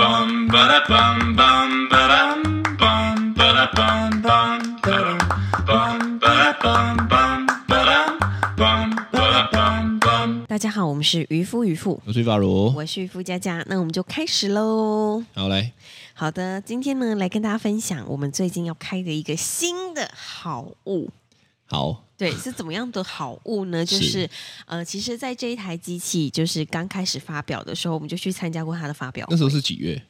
bum ba da bum bum ba dum bum ba da bum bum ba dum bum ba da bum bum ba dum bum ba da bum bum. 大家好，我们是渔夫渔妇，我是法如，我是渔夫佳佳，那我们就开始喽。好来，好的，今天呢来跟大家分享我们最近要开的一个新的好物。好，对，是怎么样的好物 呢？就是是呃，其实，在这一台机器就是刚开始发表的时候，我们就去参加过它的发表那。时候是几月？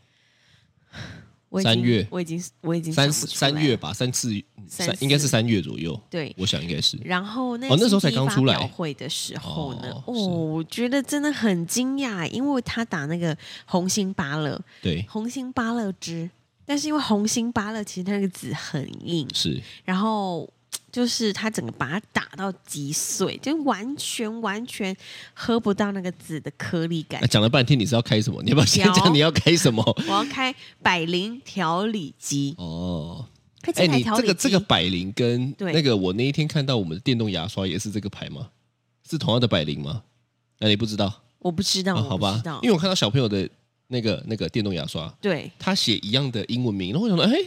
我已经三月我已经我已经三想不出三来月了吧，三四三三四应该是三月左右，对。我想应该是。然后那哦那时候才新机刚出来发表会的时候呢，哦哦是我觉得真的很惊讶，因为他打那个红心芭乐，对，红心芭乐汁，但是因为红心芭乐其实它那个籽很硬，是然后就是它整个把它打到击碎，就完全完全喝不到那个籽的颗粒感 那。讲了半天，你是要开什么？你要不要先调讲你要开什么？我要开百灵调理机，哦，它这哎，台你调这理个机这个百灵跟对那个我那一天看到我们的电动牙刷也是这个牌吗？是同样的百灵吗？那你不知道？我不知道，哦好我不吧知，道因为我看到小朋友的那个那个电动牙刷，对他写一样的英文名，然后我想说，哎，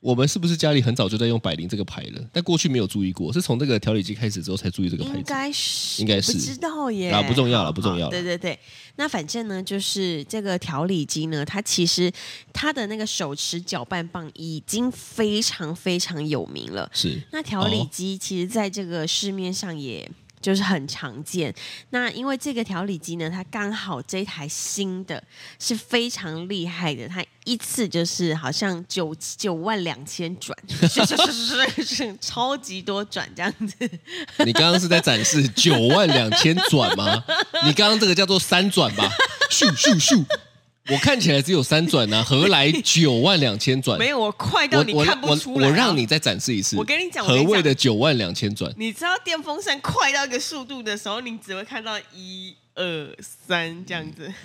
我们是不是家里很早就在用百灵这个牌了？但过去没有注意过，是从这个调理机开始之后才注意这个牌应子。该是应该我不是知道耶，啊，不重要好了，不重要好对了。对对，那反正呢，就是这个调理机呢，它其实它的那个手持搅拌棒已经非常非常有名了。是那调理哦机其实在这个市面上也。就是很常见。那因为这个调理机呢，它刚好这一台新的是非常厉害的，它一次就是好像九九万两千转， 是是是是是，超级多转这样子。你刚刚是在展示九万两千转 吗？你刚刚这个叫做三转吧？咻咻咻！我看起来只有三转啊，何来九万两千转？没有，我快我到你我看不我出来、啊我让你，再展示一次。我跟你讲我跟何你谓的讲九万两千转？你知道电风扇快到一个速度的时候，你只会看到一二三这样子。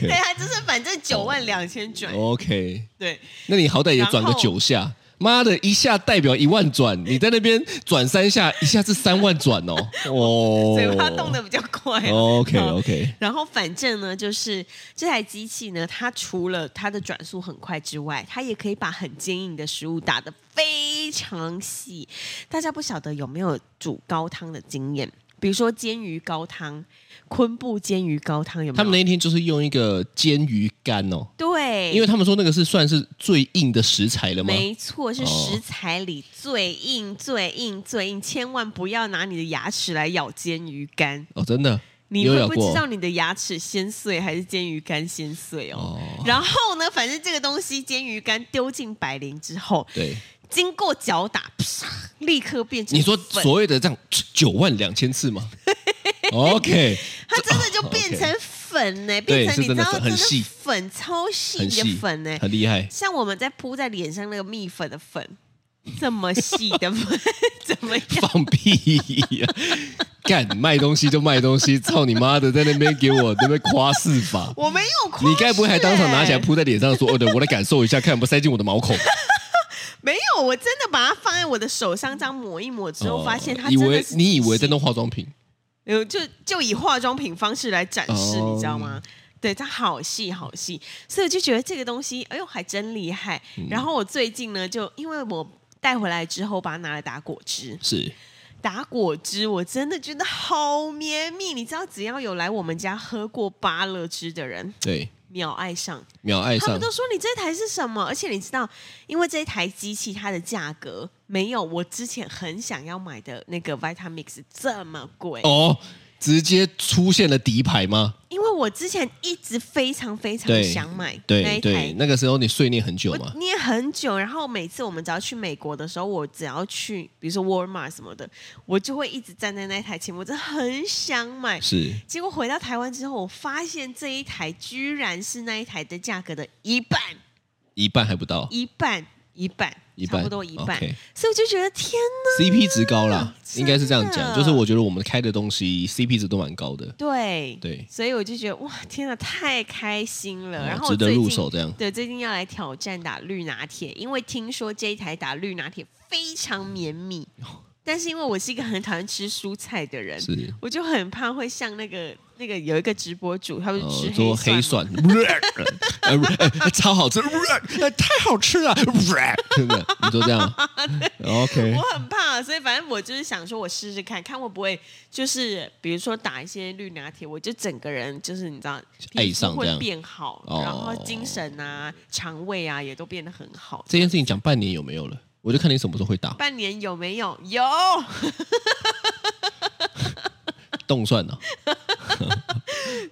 对，它就是反正九万两千转，哦 OK，对。那你好歹也转个然后九下。妈的，一下代表一万 转，你在那边转三下，一下是三万转哦。哦，嘴巴动的比较快、啊 OK 好 OK，然后反正呢，就是这台机器呢，它除了它的转速很快之外，它也可以把很坚硬的食物打得非常细。大家不晓得有没有煮高汤的经验？比如说煎鱼高汤、昆布煎鱼高汤有没有？他们那一天就是用一个煎鱼干哦，对，因为他们说那个是算是最硬的食材了吗？没错，是哦食材里最硬、最硬、最硬，千万不要拿你的牙齿来咬煎鱼干。哦，真的，你有会咬不知过道你的牙齿先碎还是煎鱼干先碎哦，哦。然后呢，反正这个东西煎鱼干丢进百灵之后，对，经过搅打，啪立刻变成你说粉所谓的这样九万两千次 吗哦？OK，它真的就哦变 OK 成粉呢、对变成是你知真的道粉真的很细粉超细很的细，粉呢、欸很厉害，像我们在铺在脸上那个蜜粉的粉，这么细的 粉，怎么样？放屁呀、干卖东西就卖东西，操你妈的，在那边给我那边夸饰法。我没有夸饰欸、欸你该不会还当场拿起来扑在脸上说：“哦，对，我来感受一下，看有没有塞进我的毛 孔。没有，我真的把它放在我的手上，这样抹一抹之后，哦发现它以真的为是你以为在弄化妆品，有呃就就以化妆品方式来展示，哦你知道吗？对，它好细好细，所以我就觉得这个东西，哎呦，还真厉害。嗯然后我最近呢，就因为我带回来之后，把它拿来打果汁，是打果汁我真的觉得好绵密。你知道，只要有来我们家喝过芭乐汁的人，对秒爱上。秒爱他上们都说你这台是什么？而且你知道，因为这一台机器它的价格没有我之前很想要买的那个 Vitamix 这么贵哦，直接出现了底牌吗？因为我之前一直非常非常对想买那对一对台，，那个时候你碎念很久我嘛，捏很久，然后每次我们只要去美国的时候，我只要去比如说沃尔玛什么的，我就会一直站在那台前面，我真的很想买。是结果回到台湾之后，我发现这一台居然是那一台的价格的一半，一半还不到，一半，一半，一差半不多一半。 OK 所以我就觉得天哪， CP 值高啦，真的应该是这样讲。就是我觉得我们开的东西 CP 值都蛮高的，对对所以我就觉得哇，天哪，太开心了！哦然后我值得最近入手这样对，最近要来挑战打绿拿铁，因为听说这一台打绿拿铁非常绵 密，但是因为我是一个很讨厌吃蔬菜的人，是我就很怕会像那个。那个有一个直播主，他不是吃哦，黑做蒜黑吗蒜，呃呃超好吃，呃太好吃了，真的，你就这样 ，OK，我很怕，所以反正我就是想说，我试试看看会不会，就是比如说打一些绿拿铁，我就整个人就是你知道，爱皮肤上这会样变好，哦然后精神啊、肠胃啊也都变得很好。这件事情讲半年有没有了？我就看你什么时候会打半年有没有？有，动算了， 哦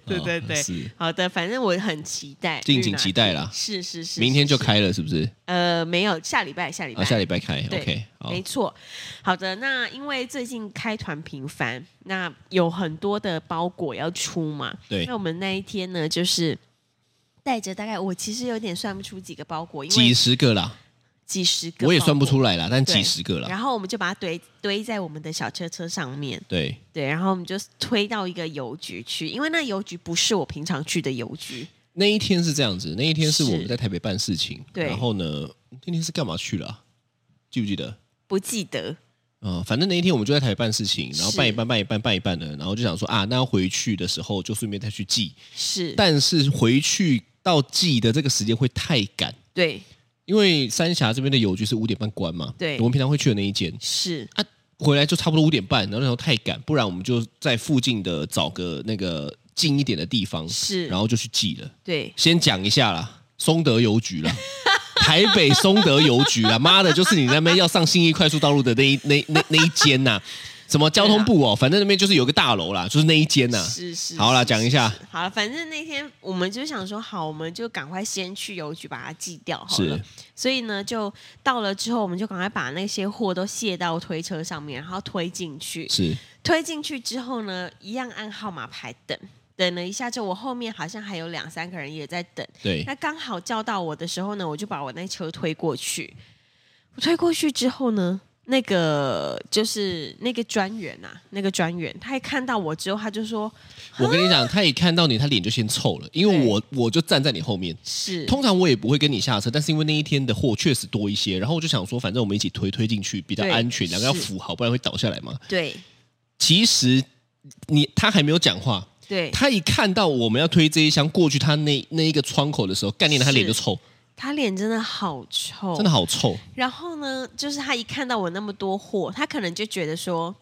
对 对对，是好的，反正我很期待，敬请期待啦绿拿铁是是是，，明天就是开了，是不是？是呃，没有，下礼拜，下礼拜，啊，下礼拜开对，OK，好没，错，好的。那因为最近开团频繁，那有很多的包裹要出嘛。对那我们那一天呢，就是带着大概我其实有点算不出几个包裹，因几为十个啦，几十个，我也算不出来。来啦，但对几十个啦，然后我们就把它堆堆在我们的小车车上面，对，对，然后我们就推到一个邮局去，因为那邮局不是我平常去的邮局，那一天是这样子，那一天是我们是在台北办事情，对然后呢，那天是干嘛去了啊？记不记得？不记得，嗯，反正那一天我们就在台北办事情，然后是办一办，办一办，办一办的，然后就想说啊，那要回去的时候就顺便再去寄，是但是回去到寄的这个时间会太赶，对，因为三峡这边的邮局是五点半关嘛，对我们平常会去的那一间是啊，回来就差不多五点半，然后那时候太赶，不然我们就在附近的找个那个近一点的地方，是然后就去寄了。对，先讲一下啦，松德邮局啦。 台北松德邮局啦，妈的，就是你那边要上信义快速道路的那一那那那一间呐、什么交通部哦，反正那边就是有个大楼啦，就是那一间呐、啊是是，好啦是讲一下。是是好了，反正那天我们就想说，好，我们就赶快先去邮局把它寄掉好了是。所以呢，就到了之后，我们就赶快把那些货都卸到推车上面，然后推进去。是推进去之后呢，一样按号码牌等。等了一下之后，我后面好像还有两三个人也在等。对那刚好叫到我的时候呢，我就把我那车推过去。我推过去之后呢，那个就是那个专员啊，那个专员，他一看到我之后，他就说我跟你讲，他一看到你，他脸就先臭了，因为对我我就站在你后面。是通常我也不会跟你下车，但是因为那一天的货确实多一些，然后我就想说，反正我们一起推推进去比较对安全，两个要是扶好，不然会倒下来嘛。对其实你他还没有讲话，对，他一看到我们要推这一箱过去他那那一个窗口的时候，概念他是哦脸就臭，他脸真的好臭，真的。好臭。然后呢，就是他一看到我那么多货，他可能就觉得说。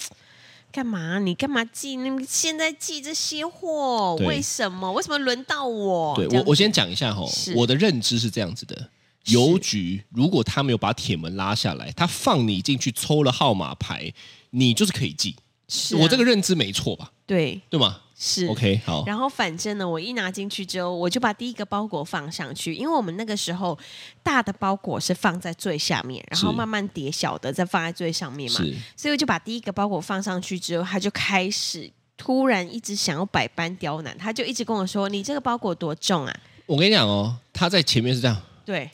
干嘛？你干嘛寄？你现在寄这些货？对为什么？为什么轮到我？对哦这样我子我先讲一下哈、是我的认知是这样子的。是邮局如果他没有把铁门拉下来，他放你进去抽了号码牌，你就是可以寄。是啊我这个认知没错吧？对对吗是？OK，好，然后反正呢，我一拿进去之后，我就把第一个包裹放上去，因为我们那个时候大的包裹是放在最下面，然后是慢慢叠小的，再放在最上面嘛。是所以我就把第一个包裹放上去之后，他就开始突然一直想要百般刁难，他就一直跟我说：“你这个包裹多重啊我跟你讲哦，他在前面是这样，？”对，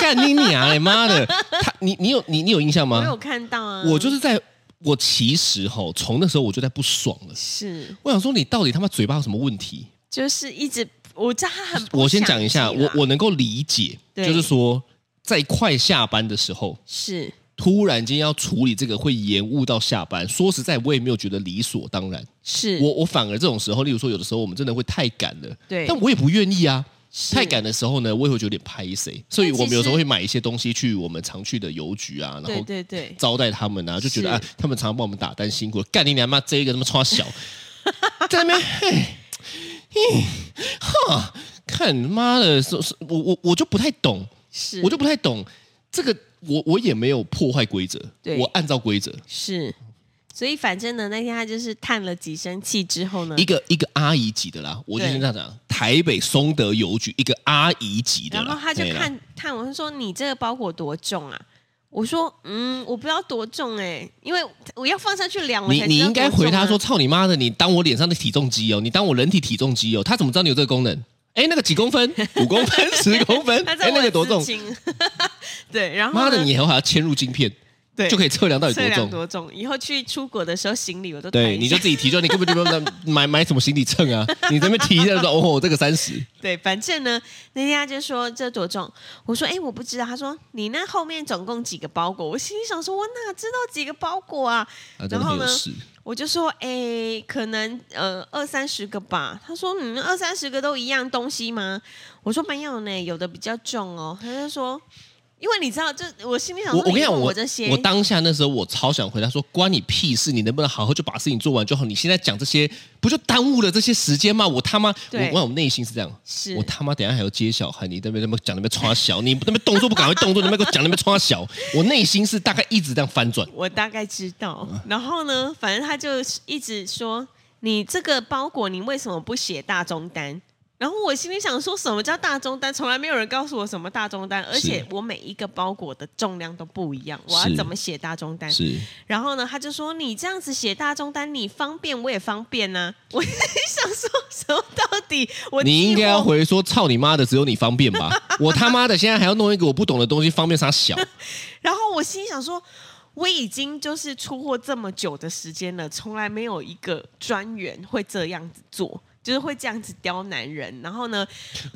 干你娘嘞，妈的！ 他你你有你你有印象我吗有？看到啊，我就是在我其实吼、从那时候我就在不爽了。是我想说你到底他妈嘴巴有什么问题？就是一直，我知道他很不我先想讲一下，寄我啦我能够理解，对就是说在快下班的时候，是突然间要处理这个会延误到下班。说实在，我也没有觉得理所当然。是我我反而这种时候，例如说有的时候我们真的会太赶了，对但我也不愿意啊。是太赶的时候呢，我也会有点拍谁，所以但其我实们有时候会买一些东西去我们常去的邮局啊，然对后对对招待他们啊，就觉得是啊，他们常常帮我们打单，辛苦了，干你娘妈，这一个他妈超 小，在那边，嘿，嘿哈，看妈的，是是我我我就不太懂，是，我就不太懂这个，我我也没有破坏规则，对嗯我按照规则，是。所以反正呢，那天他就是叹了几声气之后呢一，个一个阿姨级的啦，我就对先这样讲，台北松德邮局一个阿姨级的然啦，后他就对啦看看我，他说：“你这个包裹多重啊？”我说：“嗯，我不知道多重哎、因为我要放上去量，我你才你知道应该多重回他啊说：“操你妈的！你当我脸上的体重机哦，你当我人体体重机哦，他怎么知道你有这个功能？哎，那个几公 分？五公分？十公分？他在哎，我那个的多重资？金对，然后妈的，呢你以后还要嵌入晶片，对就可以测量到底测多量重。多重，以后去出国的时候行李我都抬对，一你下就自己提出来，你根本就不用买买什么行李秤啊，你这边提一下就说哦，这个三十，对，反正呢，那天他就说这多重，我说哎、我不知道，他说你那后面总共几个包裹，我心里想说我哪知道几个包裹啊？啊，真然的后很有呢事。我我就说，哎、可能呃二三十个吧。他说，嗯，二三十个都一样东西吗？我说没有呢，有的比较重哦。他就说，因为你知道，就我心里想我说，哎我跟你讲，问我我这些，我当下那时候我超想回答说，关你屁事！你能不能好好就把事情做完就好？你现在讲这些，不就耽误了这些时间吗？我他妈，我对我我内心是这样，是我他妈等一下还要接小孩，你那边那边讲那边 穿小，你那边动作不赶快动作，那边给我讲那边穿小，我内心是大概一直这样翻 转。我大概知道。嗯然后呢，反正他就一直说你这个包裹你为什么不写大中单？然后我心里想说什么叫大中单？从来没有人告诉我什么大中单，而且我每一个包裹的重量都不一样，我要是怎么写大中单？是，然后呢，他就说你这样子写大中单，你方便我也方便呐、我想说什么到底？我你应该寄要货回说操你妈的，只有你方便 吧？我他妈的现在还要弄一个我不懂的东西，方便啥小？然后我心里想说，我已经就是出货这么久的时间了，从来没有一个专员会这样子做，就是会这样子刁难人。然后呢，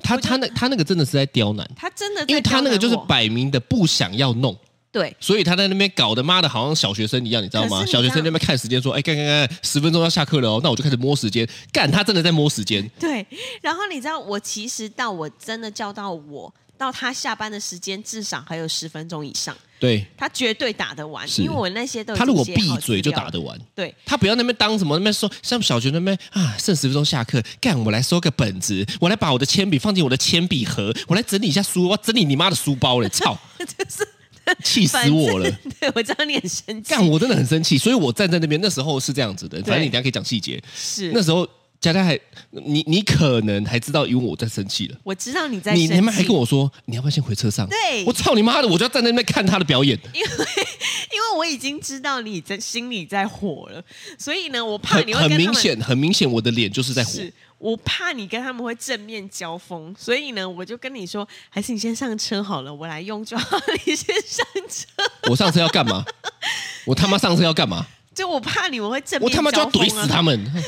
他我就他那他那个真的是在刁难，他真的在因为他那个就刁是难我摆明的不想要弄。对。所以他在那边搞的妈的，好像小学生一样，你知道吗？可是你知道小学生那边看时间说，哎，干干干，十分钟要下课了哦，那我就开始摸时间，干，他真的在摸时间，对，然后你知道，我其实到我真的叫到我到他下班的时间，至少还有十分钟以上，对他绝对打得完，是因为我那些都已他如果经写闭好嘴资就料打得完。对，他不要那边当什么那边说，像小学那边啊，剩十分钟下课，干我来收个本子，我来把我的铅笔放进我的铅笔盒，我来整理一下书，我整理你妈的书包嘞， 操！ 气反死我了正！ 对，我知道你很生气， 干，我真的很生气，所以我站在那边那时候是这样子的，反正对你等一下可以讲细节。是那时候佳佳还你你可能还知道，因为我在生气了。我知道你在你生你妈还气跟。我说，你要不要先回车上？对我操你妈的，我就要站在那边看他的表演，因为我已经知道你在心里在火了，所以呢，我怕很你会很跟他们明显，很明显，我的脸就是在火。是，我怕你跟他们会正面交锋，所以呢，我就跟你说，还是你先上车好了，我来用就好，你先上车。我上车要干 嘛？我他妈上车要干嘛？就我怕你们会正我面他妈就要交锋怼啊死他们！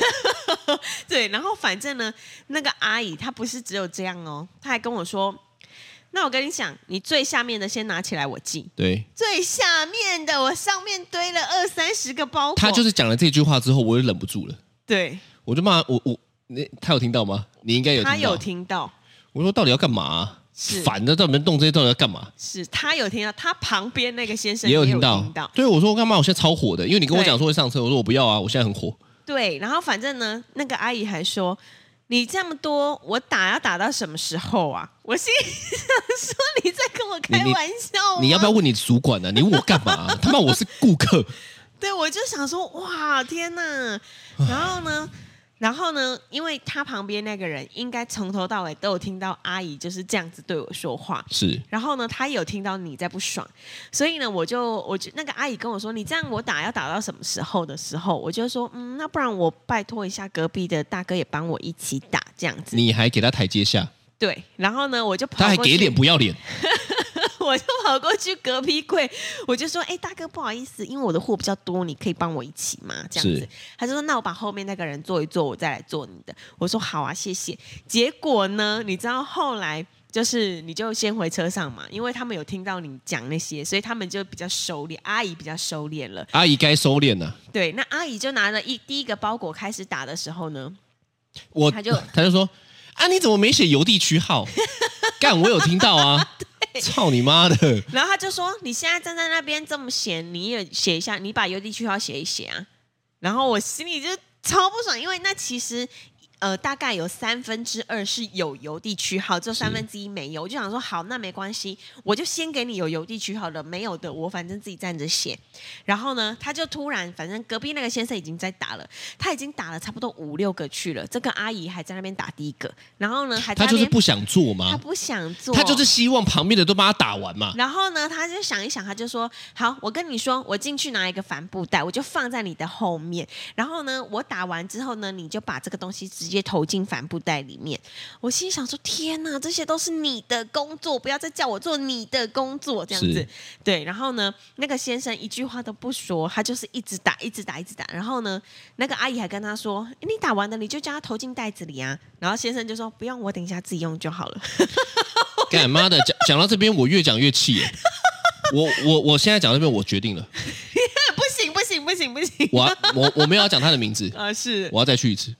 对，然后反正呢，那个阿姨她不是只有这样哦，她还跟我说，那我跟你讲，你最下面的先拿起来我记，对最下面的我上面堆了二三十个包裹，他就是是讲了这句话之后，我就忍不住了，对，我就骂我我那他有听到吗？你应该有听她到。有听到。我我说到底要干嘛啊？是烦的，到底动这些到底要干嘛？是他有听到，他旁边那个先生也有听听到。对，我说干嘛？我现在超火的，因为你跟我对讲说会上车，我说我不要啊，我现在很火。对，然后反正呢，那个阿姨还说：“你这么多，我打要打到什么时候啊？”我心里 想说：“你在跟我开你你玩笑吗你要不要？问你主管呢、啊？你问我干嘛、他妈我是顾客。对，我就想说：“哇，天哪！”然后呢，然后呢，因为他旁边那个人应该从头到尾都有听到阿姨就是这样子对我说话，是然后呢，他有听到你在不爽，所以呢，我就我就那个阿姨跟我说，你这样我打要打到什么时候的时候，我就说，嗯，那不然我拜托一下隔壁的大哥也帮我一起打这样子。你还给他台阶下，对，然后呢，我就跑他还过给去脸，不要脸，我就跑过去隔壁柜，我就说，哎、大哥不好意思，因为我的货比较多，你可以帮我一起吗？这样子是，他就说，那我把后面那个人做一做，我再来做你的。我说好啊，谢谢。结果呢，你知道后来。就是你就先回车上嘛，因为他们有听到你讲那些，所以他们就比较收敛，阿姨比较收敛了。阿姨该收敛呐、对，那阿姨就拿了一第一个包裹开始打的时候呢，我他就他就说啊，你怎么没写邮地区 号？干，我有听到啊！操你妈的！然后他就说：“你现在站在那边这么闲，你也写一下，你把邮递区号写一写啊。”然后我心里就超不爽，因为那其实呃大概有三分之二是有邮递区号，只有三分之一没有。我就想说，好，那没关系，我就先给你有邮递区号的，没有的我反正自己站着写。然后呢，他就突然，反正隔壁那个先生已经在打了，他已经打了差不多五六个去了，这个阿姨还在那边打第一个，然后呢还他在那就是边不想做他嘛，不想做，他就是希望旁边的都帮他打完 嘛。然后呢，他就想一想，他就说：“好，我跟你说，我进去拿一个帆布袋，我就放在你的后面。然后呢，我打完之后呢，你就把这个东西直接投进帆布袋里面。”我心里想说：“天哪，这些都是你的工作，不要再叫我做你的工作这样子是。”对。然后呢，那个先生一句话都不说，他就是一直打，一直打，一直打。然后呢，那个阿姨还跟他说：“诶你打完了，你就将它投进袋子里啊。”然后先生就说：“不用，我等一下自己用就好了。干妈的，讲讲到这边，我 越讲越气耶。我我我现在讲到这边，我决定了，”不行，不行，不行不行，我要我我没有要讲他的名 字，啊是我要再去一次。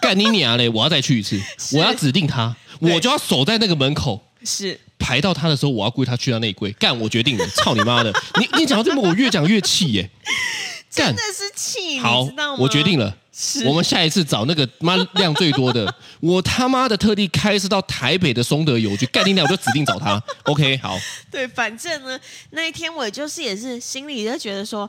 干你娘嘞！我要再去一次，我要指定他，对我就要守在那个门口。是，排到他的时候，我要故意他去到那一柜。干，我决定了，操你妈的！你你讲到这么，我越讲越气耶、真干的，是气，好你知道吗？，我决定，了。是我们下一次找那个妈量最多的，我他妈的特地开车到台北的松德邮局，干你娘，我就指定找他。OK，好，对，反正呢，那一天我就是也是心里就觉得说，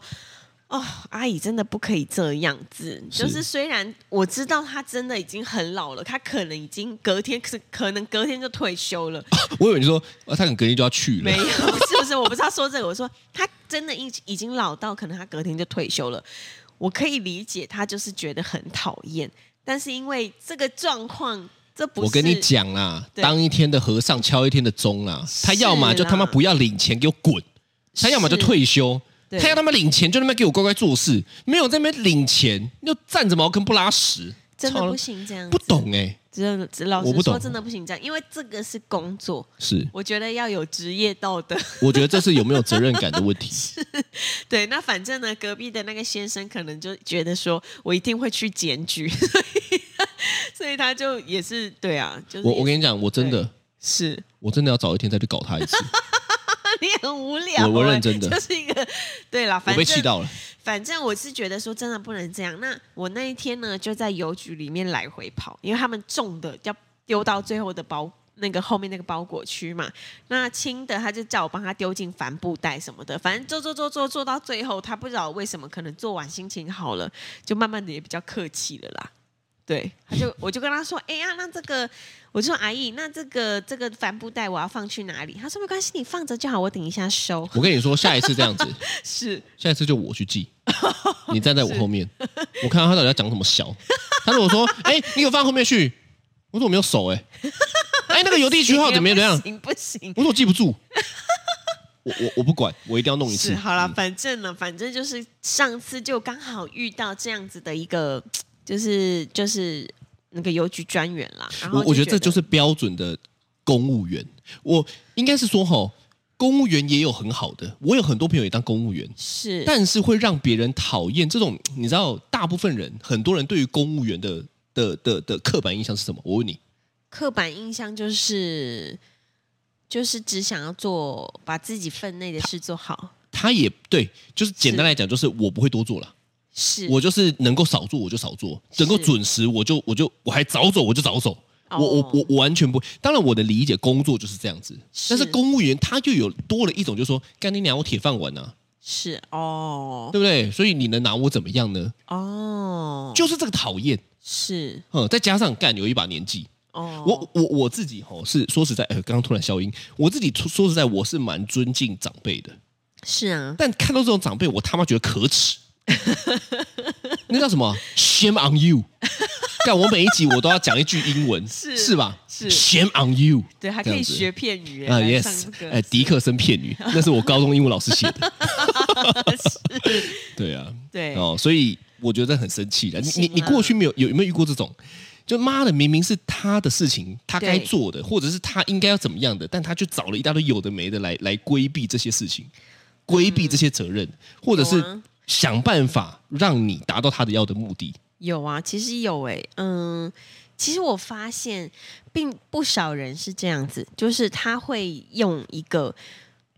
哦，阿姨真的不可以这样子。就是是虽然我知道她真的已经很老了，她可能已经隔天可是可能隔天就退休了，我以为你说啊他可能隔天就要去没了，有，是不是？我不是要说这个，我说她真的已已经老到可能她隔天就退休了。我可以理解她就是觉得很讨厌，但是因为这个状况，这不是我跟你讲啦，对当一天的和尚敲一天的钟啦，他是要么就他妈啦不要领钱给我滚，他要么就是退休，对他要他妈领钱就他妈给我乖乖做事，没有在那边领钱又站着茅坑不拉屎，真的操不行这样不子，懂哎，真的老我实不说懂真的不行这样，因为这个是工作。是，我觉得要有职业道德。 我觉得这是有没有责任感的问题，对，那反正呢，隔壁的那个先生可能就觉得说我一定会去检举， 所以所以他就也是对啊，就是我我跟你讲，我真的是 我真的要找一天再去搞他一次，你很无聊欸、我我认真的就是一个对啦，我 反正被气到了，反正我是觉得说真的不能这样。那我那一天呢，就在邮局里面来回跑，因为他们重的要丢到最后的包那个后面那个包裹区嘛，那轻的他就叫我帮他丢进帆布袋什么的，反正做做做做做到最后，他不知道为什么，可能做完心情好了，就慢慢的也比较客气了啦。对，他就我就跟他说，哎、呀、那这个，我就说阿姨，那这个这个帆布袋我要放去哪里？他说没关系，你放着就好，我等一下收。我跟你说，下一次这样子， 是，下一次就我去 记，你站在我后面，我看到他到底要讲什么小。他如果说：“哎、你有放后面去？”我说：“我没有手、 欸。”哎，哎，那个邮递区号怎么样？怎么样不？行不行，我说：“我记不住。 我”我我不管，我一定要弄一次。是好啦，嗯反正呢，反正就是上次就刚好遇到这样子的一个，就是就是那个邮局专员啦。然后我我觉得这就是是标准的公务员。我应该是说吼，公务员也有很好的，我有很多朋友也当公务员，是但是会让别人讨厌这种，你知道，大部分人很多人对于公务员的的的的刻板印象是什么？我问你。刻板印象就是就是只想要做把自己分内的事做好，他也对，就是简单来讲，就是我不会多做了，是我就是能够少做我就少做，是能够准时我就我就我还早走我就早走，我哦我我我完全不。当然我的理解工作就是这样子，是但是公务员他就有多了一种，就是说干你娘我铁饭碗呐、啊，是哦对不对？所以你能拿我怎么样呢？哦，就是这个讨厌，是嗯，再加上干有一把年纪，哦，我我我自己吼是说实在，呃，刚刚突然消音，我自己说说实在我是蛮尊敬长辈的，是啊，但看到这种长辈，我他妈觉得可耻。 那叫什么？Shame on you！但我每一集我都要讲一句英文， 是吧？是 Shame on you！对，还可这以样子学片语啊、来 y e 上 s 这个哎，迪克森骗女，那是我高中英文老师写 的。 对啊，对哦，所以我觉得很生气的。你行你你啦过去没有有有没有遇过这种？就妈的，明明是他的事情，他该对做的，或者是他应该要怎么样的，但他就找了一大堆有的没的来来规避这些事情，规避这些责任，或者嗯有是啊想办法让你达到他的要的目的。有啊，其实有诶、嗯，其实我发现并不少人是这样子，就是他会用一个，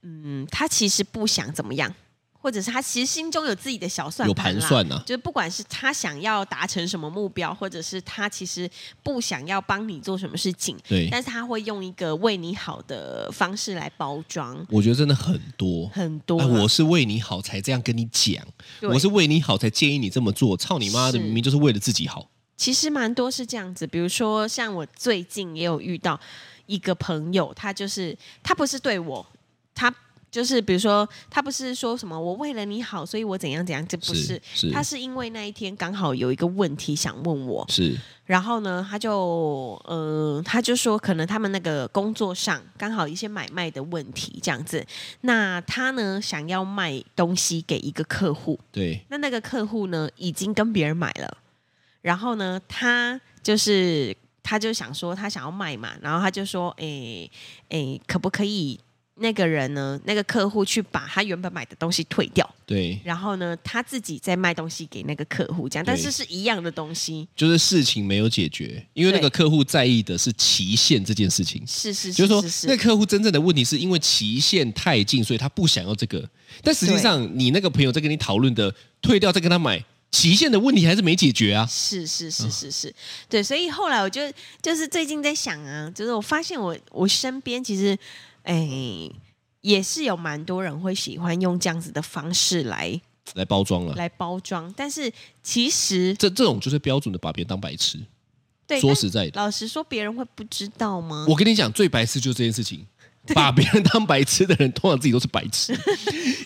嗯，他其实不想怎么样，或者是他其实心中有自己的小算有盘盘啦算啊就是不管是他想要达成什么目标，或者是他其实不想要帮你做什么事情，对，但是他会用一个为你好的方式来包装，我觉得真的很多。很多哎，啦、我是为你好才这样跟你讲，对我是为你好才建议你这么做。操你妈的，是明明就是为了自己好。其实蛮多是这样子，比如说像我最近也有遇到一个朋友，他就是他不是对我，他就是比如说他不是说什么我为了你好，所以我怎样怎样，这不是，是他是因为那一天刚好有一个问题想问我，是然后呢，他就呃，他就说可能他们那个工作上刚好一些买卖的问题这样子，那他呢想要卖东西给一个客户，对，那那个客户呢，已经跟别人买了，然后呢，他就是他就想说他想要卖嘛，然后他就说，诶诶，可不可以那个人呢，那个客户去把他原本买的东西退掉，对，然后呢，他自己再卖东西给那个客户，这样，但对是是一样的东西，就是事情没有解决，因为那个对客户在意的是期限这件事情。是是就是是说是，是，那客户真正的问题是因为期限太近，所以他不想要这个。但实际上，你那个朋友在跟你讨论的，退掉再跟他买，期限的问题还是没解决啊。是是是是是，对，所以后来我就就是最近在想啊，就是我发现我我身边其实，哎，也是有蛮多人会喜欢用这样子的方式来来包装了，来包装，但是其实这这种就是标准的把别人当白痴。对，说但实在的，老实说，别人会不知道吗？我跟你讲，最白痴就是这件事情。把别人当白痴的人，通常自己都是白痴，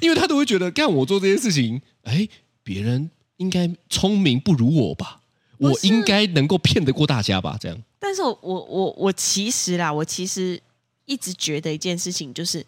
因为他都会觉得，干我做这件事情，哎，别人应该聪明不如我吧，我不是应该能够骗得过大家吧，这样。但是我我我我其实啦，我其实一直觉得一件事情就是，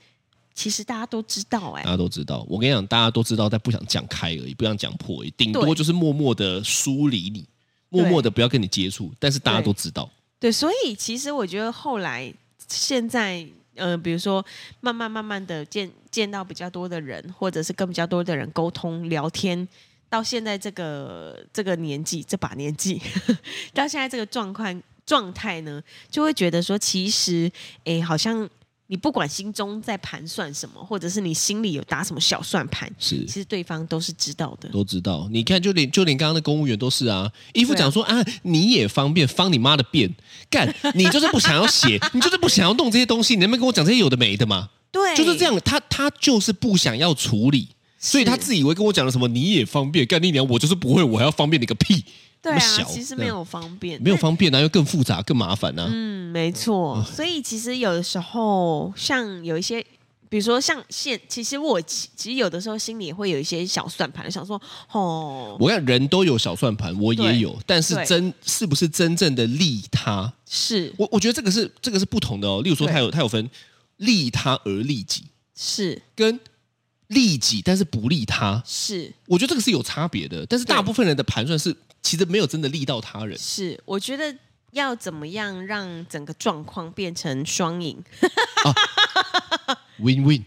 其实大家都知道、哎、大家都知道，我跟你讲，大家都知道，但不想讲开而已，不想讲破而已，顶多对就是默默的疏离你，默默的不要跟你接触。但是大家都知道，对，所以其实我觉得后来现在，呃，比如说慢慢慢慢的见见到比较多的人，或者是跟比较多的人沟通聊天，到现在这个这个年纪，这把年纪， 到现在这个状况状态呢，就会觉得说，其实，哎，好像你不管心中在盘算什么，或者是你心里有打什么小算盘，是其实对方都是知道的。都知道。你看，就连就连刚刚的公务员都是啊，一副对啊讲说啊你也方便，方你妈的便， 干，你就是不想要写，你就是不想要弄这些东西，你能不能跟我讲这些有的没的嘛？对，就是这样，他他就是不想要处理。所以他自以为跟我讲了什么，你也方便，干你娘，我就是不会，我还要方便你个屁！对那么啊，小其实这没样有方便，没有那方便啊，又更复杂，更麻烦啊。嗯，没错。所以其实有的时候，像有一些，比如说像现，其实我其其实有的时候心里也会有一些小算盘，想说，哦，我看人都有小算盘，我也对有，但是对真是不是真正的利他？是我我觉得这个是这个是不同的哦。例如说，对他有他有分利他而利己，是跟利己但是不利他。是我觉得这个是有差别的，但是大对部分人的盘算是其实没有真的利到他人。是，我觉得要怎么样让整个状况变成双赢？ Win win。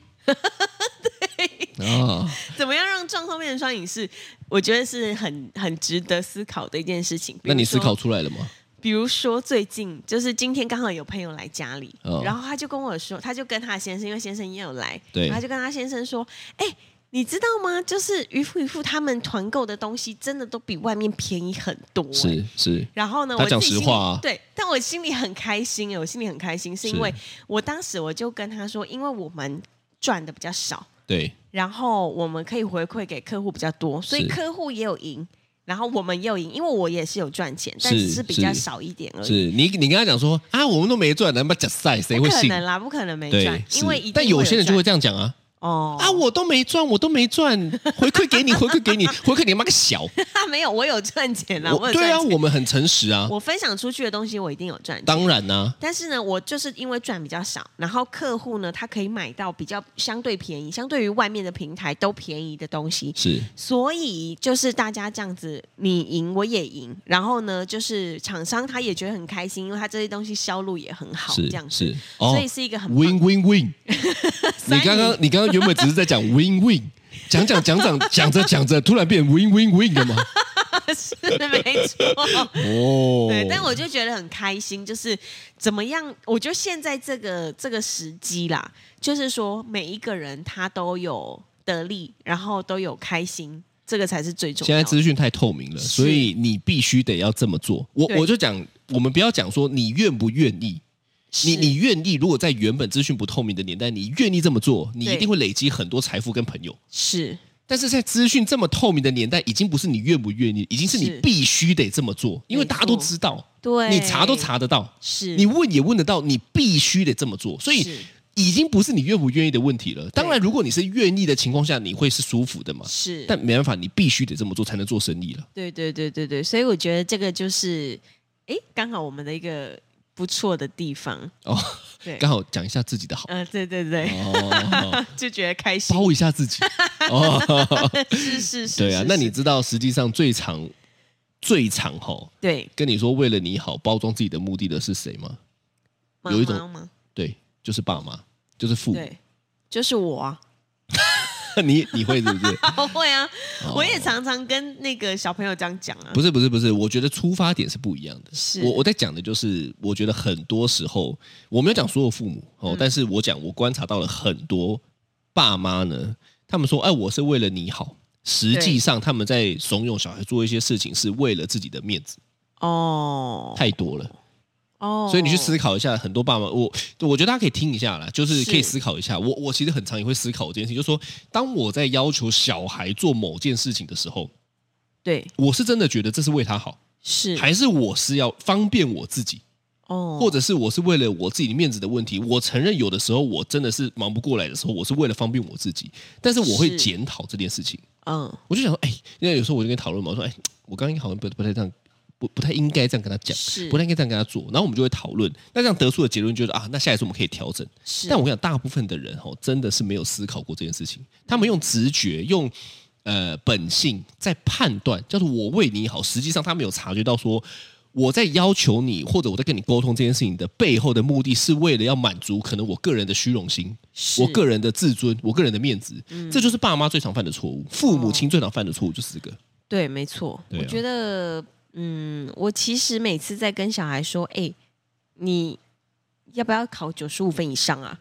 啊，怎么样让状况变成双赢是，我觉得是很很值得思考的一件事情。比那你如思说考出来了吗？比如说最近就是今天刚好有朋友来家里，哦然后他就跟我说，他就跟他先生，因为先生也有来，对然后他就跟他先生说，哎、你知道吗？就是渔夫渔夫他们团购的东西真的都比外面便宜很多、哎是是，然后呢，他我讲自己实心里话啊对，但我心里很开心哎，我心里很开心，是因是为我当时我就跟他说，因为我们赚的比较少，对，然后我们可以回馈给客户比较多，所以是客户也有赢，然后我们也有赢，因为我也是有赚钱，但是只是比较是少一点而已。是你你跟他讲说啊，我们都没赚，能不能假赛？谁不会可信？能啦，不可能没赚对，，因是为一定但有些人就会赚这样讲啊，哦啊，我都没赚，我都没赚，回馈给你，回馈给你，回馈你妈个小！ 他没有，我有赚钱啦，我我有对赚啊，钱，我们很诚实啊，我分享出去的东西我一定有赚钱。当然啊啦、但是呢，我就是因为赚比较少，然后客户呢，他可以买到比较相对便宜，相对于外面的平台都便宜的东西，是所以就是大家这样子，你赢我也赢，然后呢，就是厂商他也觉得很开心，因为他这些东西销路也很好，这是哦样子，是所以是一个很棒，win win win。你刚刚你刚刚原本只是在讲 win win，讲讲讲 讲讲着讲着，突然变 win win win 了吗？ 是没错。哦， 对，但我就觉得很开心，就是怎么样？我觉得现在这个这个时机啦，就是说每一个人他都有得利，然后都有开心，这个才是最重现要在的。资讯太透明了，是所以你必须得要这么做。我对我就讲，我们不要讲说你愿不愿意，是你你愿意，如果在原本资讯不透明的年代，你愿意这么做，你对一定会累积很多财富跟朋友。是但是在资讯这么透明的年代，已经不是你愿不愿意，已经是你是必须得这么做，因为大家都知道，对，你查都查得到，是你问也问得到，你必须得这么做，所以是。已经不是你愿不愿意的问题了。当然，如果你是愿意的情况下，你会是舒服的嘛。是，但没办法，你必须得这么做才能做生意了。对对对对对，所以我觉得这个就是，诶，刚好我们的一个不错的地方。哦，对，刚好讲一下自己的好，嗯、对对对，哦，就觉得开心。包一下 自己。哦，是是是，对啊是，那是你知道实际上最常、最常吼对跟你说为了你好包装自己的目的的是谁吗？妈有一妈种吗？对，就是爸妈，就是父母。对就是我啊， 你你会是不是？我会啊，我也常常跟那个小朋友这样讲啊。哦不是不是不是，我觉得出发点是不一样的。是我我在讲的就是，我觉得很多时候我没有讲所有父母哦，嗯但是我讲我观察到了很多爸妈呢，他们说哎，我是为了你好，实际上他们在怂恿小孩做一些事情是为了自己的面子，哦太多了。哦，所以你去思考一下，很多爸妈，我我觉得大家可以听一下啦，就是是可以思考一下。我我其实很常也会思考这件事情，就是说，当我在要求小孩做某件事情的时候，对我是真的觉得这是为他好，是还是我是要方便我自己，哦，或者是我是为了我自己的面子的问题？我承认有的时候我真的是忙不过来的时候，我是为了方便我自己，但是我会是检讨这件事情。嗯我就想说，哎、因为有时候我就跟他讨论嘛，我说，哎、我刚刚好像不不太这样，不不太应该这样跟他讲，是不太应该这样跟他做。然后我们就会讨论，那这样得出的结论就是啊，那下一次我们可以调整。是，但我想，大部分的人哦，真的是没有思考过这件事情，他们用直觉，嗯用呃本性在判断，叫做我为你好。实际上，他没有察觉到说。我在要求你，或者我在跟你沟通这件事情的背后的目的，是为了要满足可能我个人的虚荣心，是嗯我个人的自尊，我个人的面子，这就是爸妈最常犯的错误，哦父母亲最常犯的错误就是这个。对，没错，对啊我觉得，嗯，我其实每次在跟小孩说，哎、你要不要考九十五分以上啊？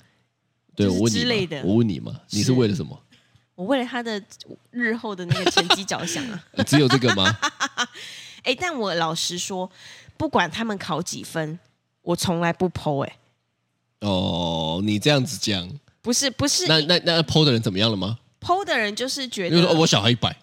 对，就是我问之你类嘛的，我问你嘛，你是是为了什 么？我为了他的日后的那个成绩着想 啊。呃只有这个吗？哎、但我老实说，不管他们考几分，我从来不剖、哎，哦，你这样子讲，不是不是，那那那剖的人怎么样了吗？剖的人就是觉就得，是说、哦我小孩一百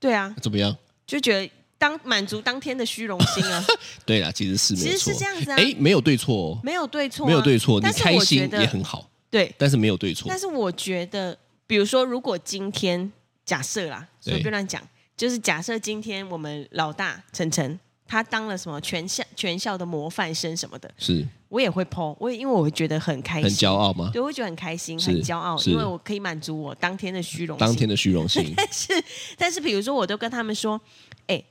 对啊，怎么样？就觉得当满足当天的虚荣心啊，对啦，其实 是没有其实错是这样子啊，哎，没有对错哦，没有对错、啊，没有对错，你但是开我心觉得也很好，对，但是没有对错但。是我觉得，比如说，如果今天假设啦，对随便乱讲，就是假设今天我们老大晨晨他当了什么全校全校的模范生什么的，是我也会 PO，我也因为我会觉得很开心，很骄，傲吗？对，我会觉得很开心，是很骄傲，是因为我可以满足我当天的虚荣心。当天的虚荣 心，但是比如说，我都跟他们说，哎、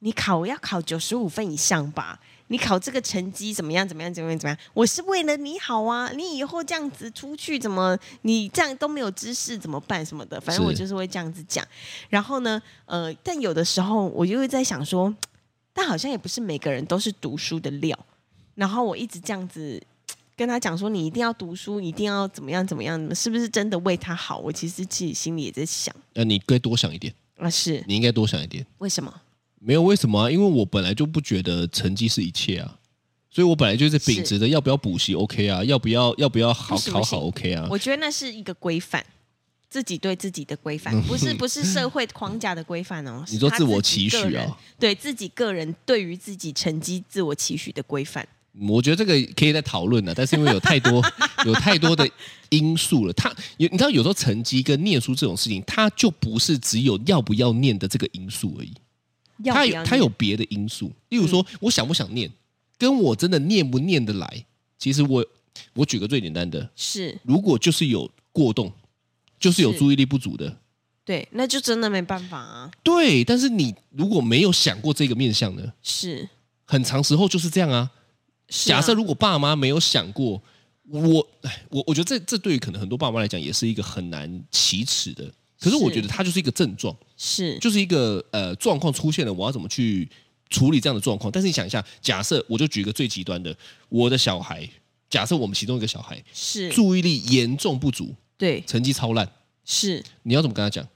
你考要考九十五分以上吧。你考这个成绩怎么样？怎么样？怎么样？怎么样？我是为了你好啊！你以后这样子出去，怎么你这样都没有知识怎么办？什么的，反正是我就是会这样子讲。然后呢，呃，但有的时候我就会在想说，但好像也不是每个人都是读书的料。然后我一直这样子跟他讲说，你一定要读书，一定要怎么样怎么样，是不是真的为他好？我其实自己心里也在想那呃你该多想一点，啊，是你应该多想一点。为什么？没有为什么啊？因为我本来就不觉得成绩是一切啊，所以我本来就是秉持着要不要补习 OK 啊，要不要要不要好不行考不行好 OK 啊。我觉得那是一个规范，自己对自己的规范，不是不是社会框架的规范哦。嗯你说是他自我己期许个人哦，对自己个人对于自己成绩自我期许的规范，我觉得这个可以再讨论的、啊但是因为有太 多有太多的因素了，他有你知道有时候成绩跟念书这种事情，它就不是只有要不要念的这个因素而已，要嗯它不有要它有别的因素，例如说我想不想念，跟我真的念不念得来。其实我我举个最简单的，是如果就是有过动，就是有是注意力不足的，对，那就真的没办法啊。对，但是你如果没有想过这个面向呢，是，很长时候就是这样啊。是啊假设如果爸妈没有想过，我，哎，我我觉得这这对于可能很多爸妈来讲也是一个很难启齿的。可是我是觉得它就是一个症状，是就是一个呃状况出现了，我要怎么去处理这样的状况？但是你想一下，假设我就举一个最极端的，我的小孩，假设我们其中一个小孩是，注意力严重不足，对成绩超烂，是，你要怎么跟他讲？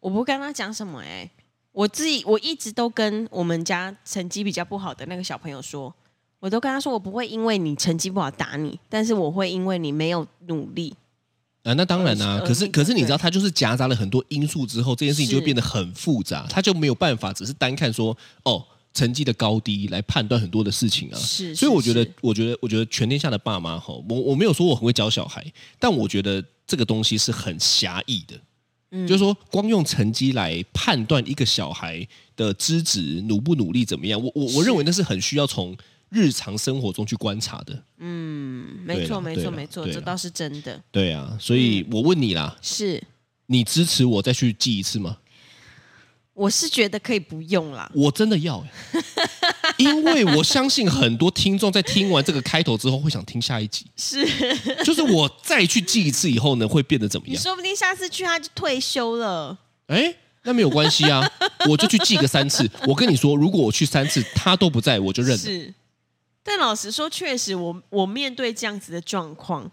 我不跟他讲什么哎、我自己我一直都跟我们家成绩比较不好的那个小朋友说，我都跟他说，我不会因为你成绩不好打你，但是我会因为你没有努力，啊，那当然啦、而可是那个可是你知道，对它就是夹杂了很多因素之后，这件事情就会是变得很复杂，它就没有办法只是单看说哦成绩的高低来判断很多的事情啊。是所以我觉是得是，我觉得，我觉得全天下的爸妈吼，我我没有说我很会教小孩，但我觉得这个东西是很狭义的。嗯就是说，光用成绩来判断一个小孩的资质努不努力怎么样，我我我认为那是很需要从日常生活中去观察的。嗯，没错对啦没对错啦没错，对啦这倒是真的，对啊，所嗯以我问你啦，是你支持我再去记一次吗？我是觉得可以不用啦，我真的要、欸， 因为我相信很多听众在听完这个开头之后会想听下一集，是，就是我再去记一次以后呢，会变得怎么你样？说不定下次去他就退休了。哎，那没有关系啊，我就去记个三次。我跟你说，如果我去三次他都不在，我就认了。是，但老实说，确实我我面对这样子的状况，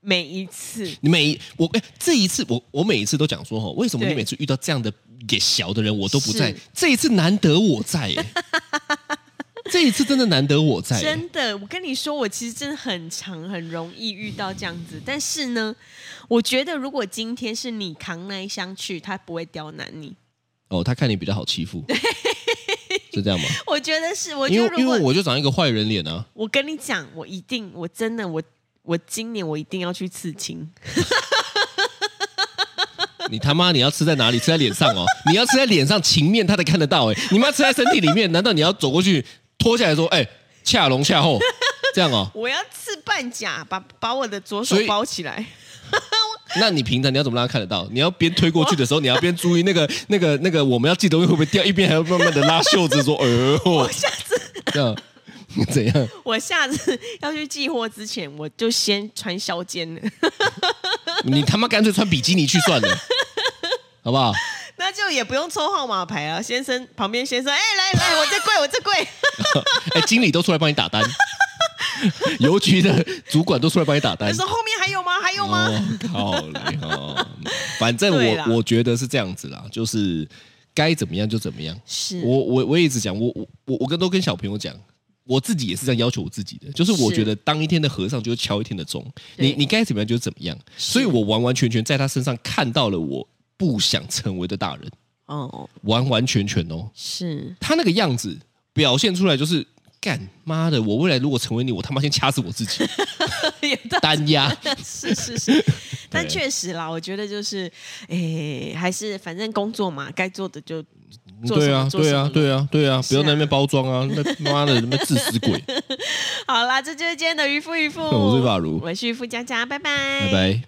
每一次你每我哎，这一次我我每一次都讲说哈，为什么你对每次遇到这样的也小的人我都不在是？这一次难得我在、 哎这一次真的难得我在、哎真的，我跟你说，我其实真的很常很容易遇到这样子。但是呢，我觉得如果今天是你扛那一箱去，他不会刁难你。哦，他看你比较好欺负，是这样吗？我觉得是，我觉因得为如因果为我就长一个坏人脸啊，我跟你讲，我一定，我真的，我我今年我一定要去刺青。你他妈你要吃在哪里？吃在脸上哦，你要吃在脸上，情面他才看得到哎、你妈吃在身体里面，难道你要走过去脱下来说，哎、恰龙恰后这样哦？我要刺半甲，把把我的左手所以包起来。 那你平常你要怎么让他看得到？你要边推过去的时候，你要边注意那个那个那个我们要记得会不会掉，一边还要慢慢的拉袖子说，哎呦，下次这样 怎样？我下次要去寄货之前，我就先穿削肩了， 你他妈干脆穿比基尼去算了，好不好？那就也不用抽号码牌了。先生旁边先生，哎、来来，我这柜，我这柜。啊 哎，经理都出来帮你打单， 邮局的主管都出来帮你打单他。说后面还有吗？还有吗？哦，靠嘞！哦，反正对啦我我觉得是这样子啦，就是该怎么样就怎么样。是我我我也一直讲，我我我我跟都跟小朋友讲，我自己也是这样要求我自己的，就是我是觉得当一天的和尚就敲一天的钟，对你你该怎么样就怎么样。所以我完完全全在他身上看到了我不想成为的大人，哦，完完全全哦， 是他那个样子表现出来就是。干妈的！我未来如果成为你，我他妈先掐死我自己，也到单压。 是是是，但确实啦，我觉得就是，诶、还是反正工作嘛，该做的 就 做什对么啊，做什对么啊，对啊，对啊！不是要在那啊边包装啊，那妈的，那边自私 鬼！好啦，这就是今天的渔夫渔夫，我是法如我是渔夫佳佳，拜拜，拜拜。